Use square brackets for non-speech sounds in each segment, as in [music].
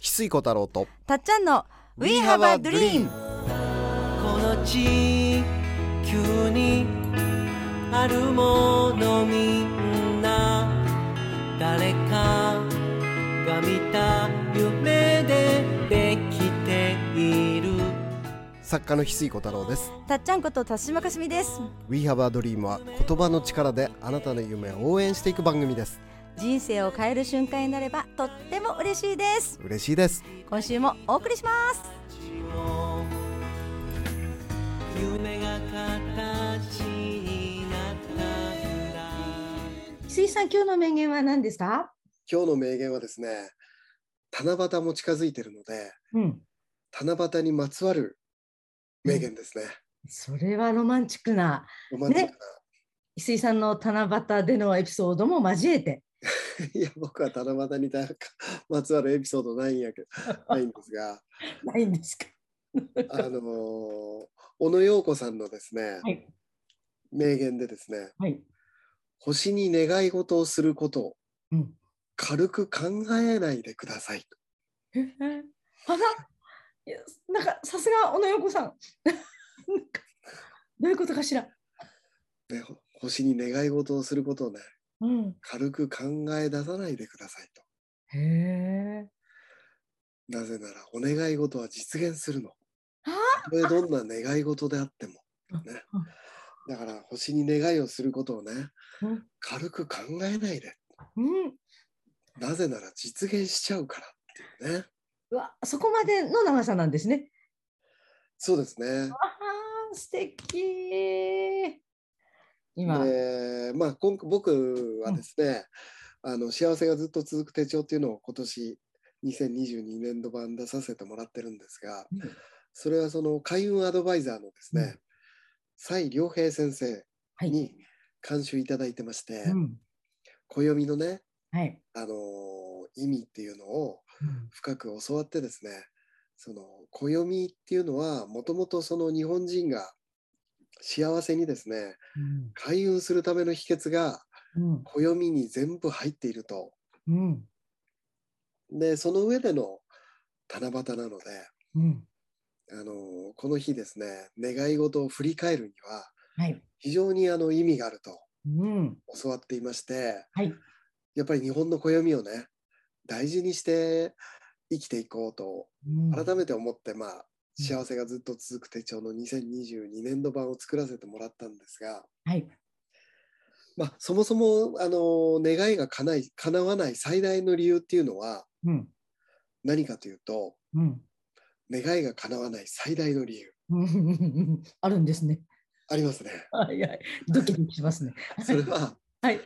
水小太郎とたっちゃんの We have a dream この地球にあるものみんな誰かが見た夢でできている作家の翡翠小太郎ですたっちゃんこと田島かすみです We have a dream は言葉の力であなたの夢を応援していく番組です人生を変える瞬間になればとっても嬉しいです嬉しいです今週もお送りします夢が形になったんだ水さん今日の名言は何ですか今日の名言はですね七夕も近づいてるのでうん七夕にまつわる名言ですね、それはロマンチックなロマンチック水さんの七夕でのエピソードも交えてな [laughs] いや僕は七夕になんかまつわるエピソードないん [laughs] やけどないんですがないんですかあのー小野陽子さんのですね、はい名言でですねはい星に願い事をすることをうん軽く考えないでくださいあらいやなんかさすが小野洋子さん [laughs] なんかどういうことかしらね、ほ星に願い事をすることをねうん軽く考え出さないでくださいとへえなぜならお願い事は実現するのあこれどんな願い事であってもねうんだから星に願いをすることをねうん軽く考えないでうんなぜなら実現しちゃうからっていうねうわそこまでの長さなんですねそうですねあー素敵今、でまあ今僕はですね、あの幸せがずっと続く手帳っていうのを今年2022年度版出させてもらってるんですがうんそれはその開運アドバイザーのですうんね蔡良平先生はいに監修いただいてまして、うん暦のね、はい、あのー意味っていうのを深く教わってですねその暦っていうのはもともとその日本人が幸せにですねうん開運するための秘訣がうん暦に全部入っているとうんでその上での七夕なので、うんあのこの日ですね願い事を振り返るにははい非常にあの意味があるとうん教わっていましてはいやっぱり日本の暦をね大事にして生きていこうとうん改めて思って、まあ幸せがずっと続く手帳の2022年度版を作らせてもらったんですが、はいまあ、そもそも、あの願いが叶い叶わない最大の理由っていうのはうん何かというとうん [laughs] 願いが叶わない最大の理由うんうんうんあるんですねありますね。はいはいドキドキしますねそれははい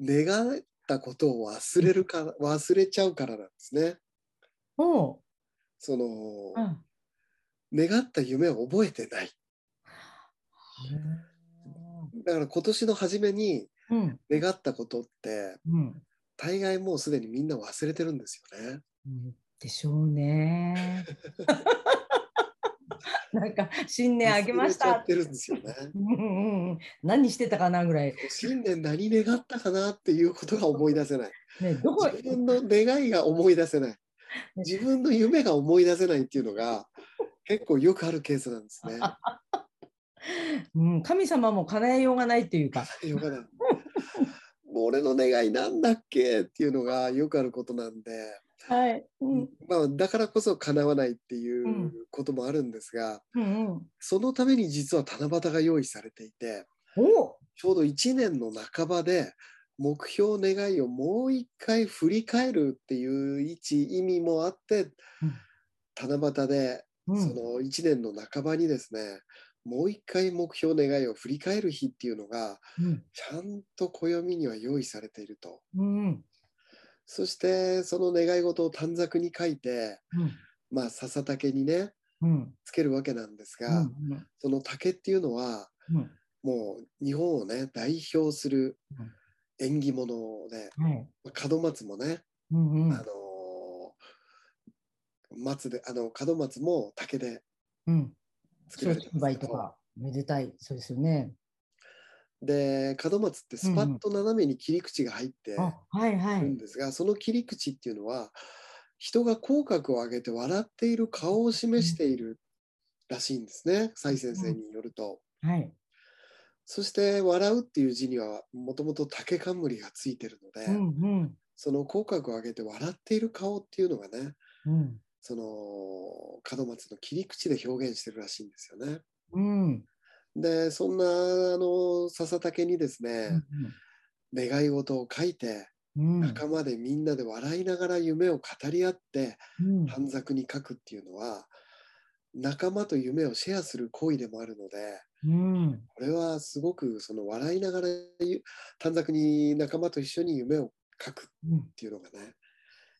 願ったことを忘れるか忘れちゃうからなんですね。おうその、うん願った夢を覚えてない。だから今年の初めにうん願ったことってうん大概もうすでにみんな忘れてるんですよね。うんでしょうね。 [laughs] なんか新年あげまし。忘れちゃったてるんですよね。うんうんうん何してたかなぐらい。新年何願ったかなっていうことが思い出せない。ねどこ自分の願いが思い出せない。自分の夢が思い出せないっていうのが結構よくあるケースなんです [laughs] ね。うん神様も叶えようがないっていうか。よ [laughs] かった。もう俺の願いなんだっけっていうのがよくあることなんで、はい。うんまあ、だからこそ叶わないっていううんこともあるんですが、うんうん。そのために実は七夕が用意されていておちょうど1年の半ばで目標願いをもう一回振り返るっていう位置意味もあって、七夕でうそん。の1年の半ばにですねもう一回目標願いを振り返る日っていうのがうんちゃんと暦には用意されていると。うんそしてその願い事を短冊に書いて、うんまあ、笹竹にねうんつけるわけなんですうが、んうんその竹っていうのはうんもう日本をね代表するうん縁起物ではい門松もね、うんうあんのー松であの門松も竹でうん。作商られて売ますけどとかめでたいそうですよね。で門松ってスパッと斜めに切り口が入ってあはいはるんい。ですが、その切り口っていうのは人が口角を上げて笑っている顔を示しているらしいんですね蔡先生によると。はい。そして「笑う」っていう字にはもともと竹冠がついてるので、うんその口角を上げて笑っている顔っていうのがねうん。その門松の切り口で表現してるらしいんですよね。うん。でそんなあの笹竹にですね、願い事を書いてうん。仲間でみんなで笑いながら夢を語り合ってうん。短冊に書くっていうのは仲間と夢をシェアする行為でもあるのでうん。これはすごくその笑いながらゆ短冊に仲間と一緒に夢を書くっうん。ていうのがね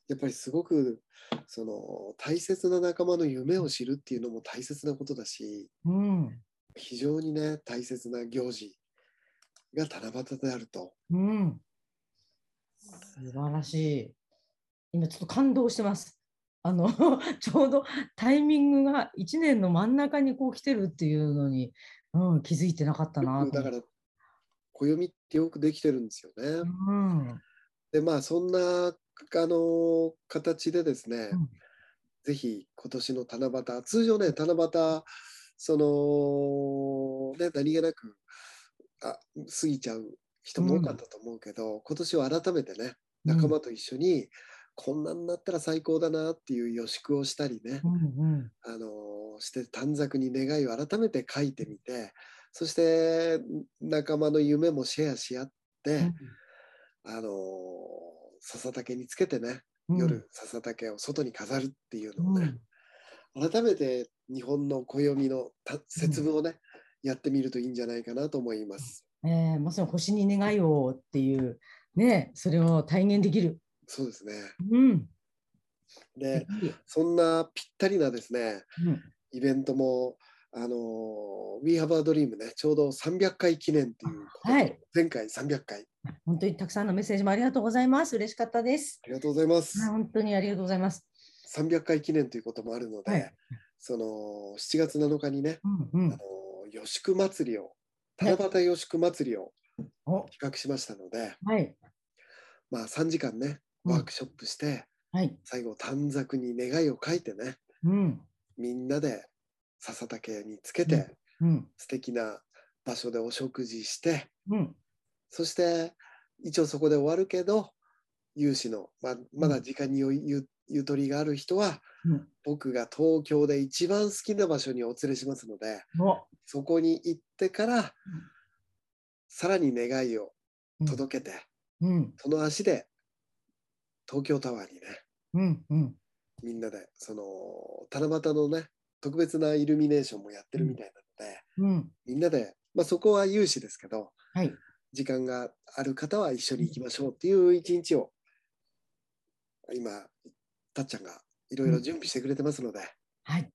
やっぱりすごくその大切な仲間の夢を知るっていうのも大切なことだしうん。非常にね大切な行事が七夕であるとうん。素晴らしい。今ちょっと感動してます。あの [laughs] ちょうどタイミングが1年の真ん中にこう来てるっていうのに、うん、気づいてなかったなよくとだ思かって。ら暦ってよくできてるんですよね。うんでまあそんなあの形でですね、うんぜひ今年の七夕通常ね七夕そのね何気なくあ過ぎちゃう人も多かったと思うけど、今年は改めてね仲間と一緒に、こんなになったら最高だなっていう予祝をしたりね、うんあのして短冊に願いを改めて書いてみてそして仲間の夢もシェアし合って、あのー笹竹につけてね、うん、夜笹竹を外に飾るっていうのうをん、ね、改めて日本の暦のた節分をね、やってみるといいんじゃないかなと思います。えーまさに星に願いをっていう、ね、それを体現できる。そうですね。うん、で、できるそんなぴったりなですね、うんイベントも、あのー、We Have a Dream ね、ちょうど300回記念ということで、はい、前回300回、本当にたくさんのメッセージもありがとうございます。嬉しかったです。ありがとうございます。はい本当にありがとうございます。 300回記念ということもあるので、はいその7月7日にね、うんうあん、の予祝祭りを七夕予祝祭りをお企画しましたので、はい、まあ、3時間ねワークショップして、はい、最後短冊に願いを書いてねうん、みんなで笹竹につけて、うんうん、素敵な場所でお食事してうん、そして一応そこで終わるけど有志の、まあ、まだ時間にゆゆゆとりがある人は、うん僕が東京で一番好きな場所にお連れしますのでお、そこに行ってからさらに願いを届けて、うん、その足で東京タワーにねうん、うん、みんなでその七夕のね特別なイルミネーションもやってるみたいなので、うん、みんなで、まあ、そこは有志ですけどはい、時間がある方は一緒に行きましょうっていう一日を今たっちゃんがいろいろ準備してくれてますので、はい。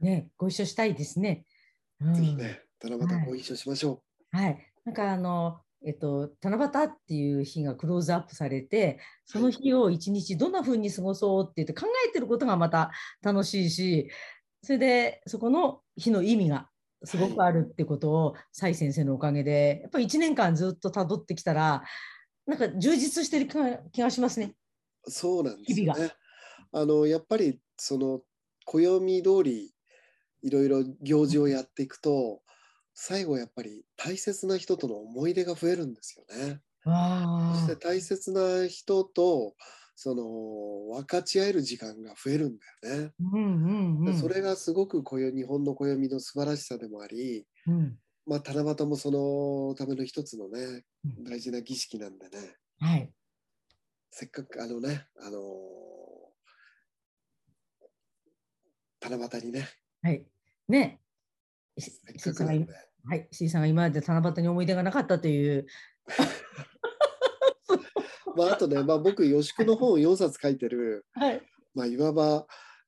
ね、ご一緒したいですね。うんぜひね七夕ご一緒しましょはい、なんかあの、えっと、七夕っていう日がクローズアップされて、その日を一日どんな風に過ごそうって言って考えてることがまた楽しいし、それでそこの日の意味がすごくあるってことを、蔡先生のおかげで、やっぱり1年間ずっと辿ってきたら、なんか充実してる気が気がしますね。う、そうなんですよ日々ねあのやっぱりその暦通りいろいろ行事をやっていくと最後やっぱり大切な人との思い出が増えるんですよね。そわして大切な人とその分かち合える時間が増えるんだよね。うんうんうん。それがすごく暦日本の暦の素晴らしさでもあり、うん、まあ、七夕もそのための一つのねうん大事な儀式なんでねはい。せっかくあのね、あのー七夕にねはい。ね。せっかくなんではい、C さんが今まで七夕に思い出がなかったという。まあ、あとね、まあ、僕予祝の本を4冊書いてる、はい。まあ、いわば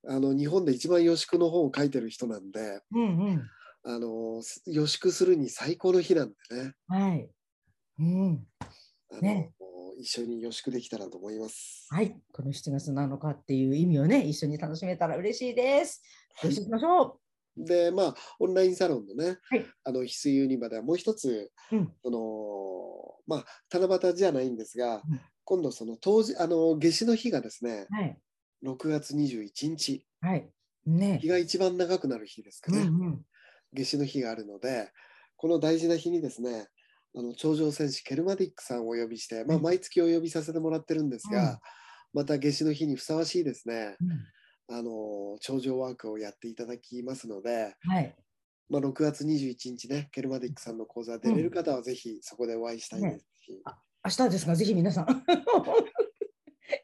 あの日本で一番予祝の本を書いてる人なんで、うんあのす予祝するに最高の日なんでねうん。はい。うん。あのね一緒に予祝できたらと思います。はい。この7月7日っていう意味をね、一緒に楽しめたら嬉しいです。ご一緒しましょでまあオンラインサロンのね、はいあの翡翠ユニバではもう一つ、うんそのまあ七夕じゃないんですが、うん今度その当時あの夏至の日がですねう。はい。 6月21日、はい。ね日。が一番長くなる日ですかうんね、うん。夏至の日があるので、この大事な日にですね、あの頂上戦士ケルマディックさんをお呼びして、まあ、うん毎月お呼びさせてもらってるんですうんが、また夏至の日にふさわしいですね、うんあの頂上ワークをやっていただきますので、はい。まあ、6月21日ね、ケルマディックさんの講座出れる方はぜひそこでお会いしたいですし、明日ですが、ぜひ皆さん。 [laughs]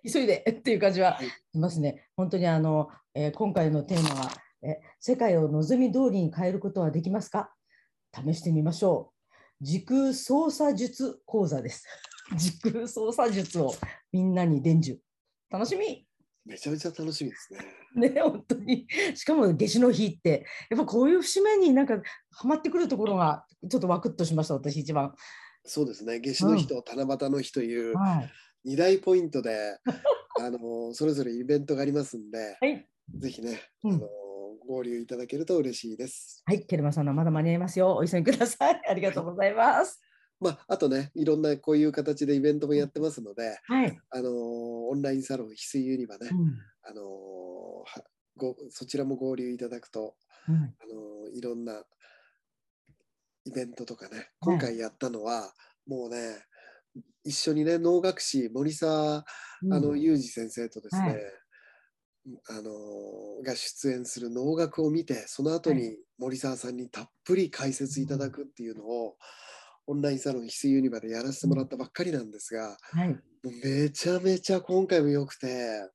急いでっていう感じははいしますね。本当にあの、えー今回のテーマは、えー世界を望み通りに変えることはできますか試してみましょう。時空操作術講座です。 [laughs] 時空操作術をみんなに伝授。楽しみ [laughs] めちゃめちゃ楽しみですね。ね、本当に。しかも、夏至の日って、やっぱこういう節目になんか、ハマってくるところが、ちょっとワクッとしました、私一番。そうですね、夏至の日と七夕の日というはい。 2大ポイント [laughs] で、あのそれぞれイベントがありますんで、はい。ぜひね、うんあの合流いただけると嬉しいです。はい、ケルマさんのまだ間に合いますよ。お急ぎください。あ [laughs] りがとうございます。まあ、あとね、いろんなこういう形でイベントもやってますので、はい。あのオンラインサロン翡翠ユニバね、うんあのはごそちらも合流いただくと、うんあのいろんなイベントとかね、今回やったのは、もうね、一緒にね、能楽師森沢うんあの、ユージ先生とですね、はいあのーが出演する能楽を見て、その後はに森沢さんにたっぷり解説いただくっていうのを、オンラインサロン翡翠ユニバでやらせてもらったばっかりなんですが、はい。もうめちゃめちゃ今回も良くて、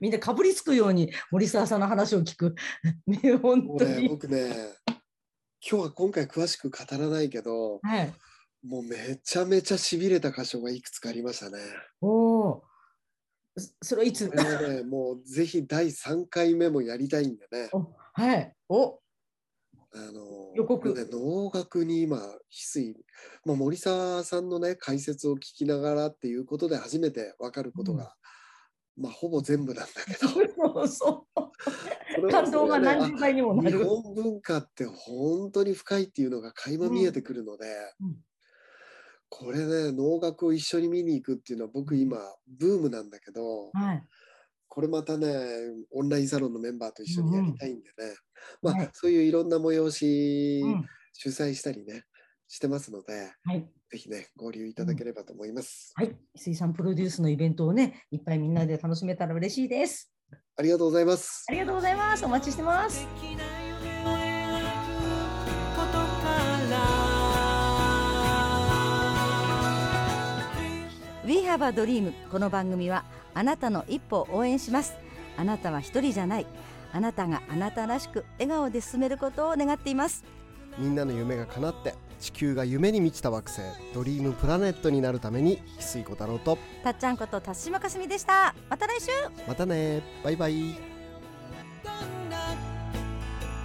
みんなかぶりつくように、森沢さんの話を聞く。 [laughs] ね、本も当うね、に。僕ね、今日は今回詳しく語らないけど、はい。もうめちゃめちゃ痺れた箇所がいくつかありましたね。おお。そそれはいつこ。れはね、もうぜひ第3回目もやりたいんでね。おはい。お。あの予告ね、能楽に今翡翠、まあ、森沢さんのね解説を聞きながらっていうことで初めて分かることが、まあほぼ全部なんだけどそう [laughs] そう。それは [laughs] 感動がそれは何ね十倍にもあな日る。本文化って本当に深いっていうのが垣間見えてくるので、うんこれね能楽を一緒に見に行くっていうのは僕今ブームなんだけど、はい。これまたねオンラインサロンのメンバーと一緒にやりたいんでね、まあ、はいそういういろんな催し、うん。主催したりねしてますのではい。ぜひね合流いただければと思います、はい、水産プロデュースのイベントをね、いっぱいみんなで楽しめたら嬉しいです。ありがとうございますありがとうございます。お待ちして「素敵な夢を描くことから」ます。 We have a dream この番組はあなたの一歩を応援しますあなたは一人じゃないあなたがあなたらしく笑顔で進めることを願っていますみんなの夢が叶って地球が夢に満ちた惑星ドリームプラネットになるために翡翠小太郎とたっちゃんこと田島かすみでしたまた来週またねバイバイ「どんな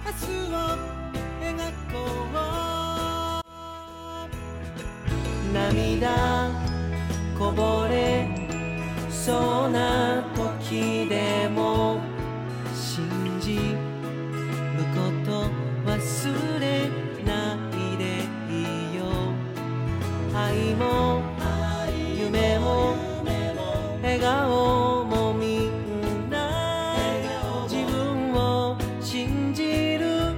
明日を描こう」「涙こぼれそうな時でも」「信じること忘れないでいいよ」「愛も夢も笑顔もみんな」「自分を信じる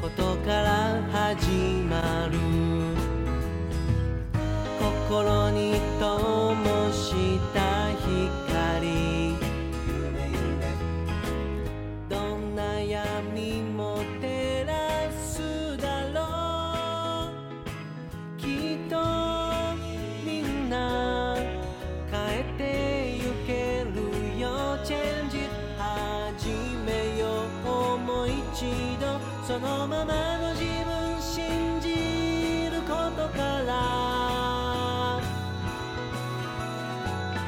ことから始まる」「心に灯した光」「どんな闇も照らすだろう」きっとみんな変えてゆけるよチェンジ始めようもう一度そのままの自分信じることから「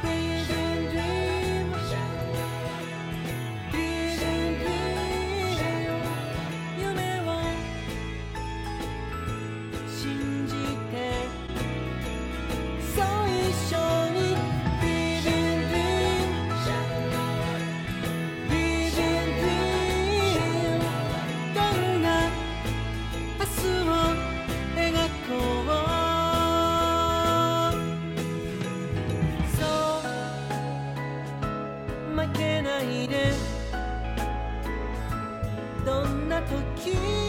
Dream Dream Dream Dream 夢を信じて」「そう一緒に Living Dream」「Living Dream」「どんなないでどんな時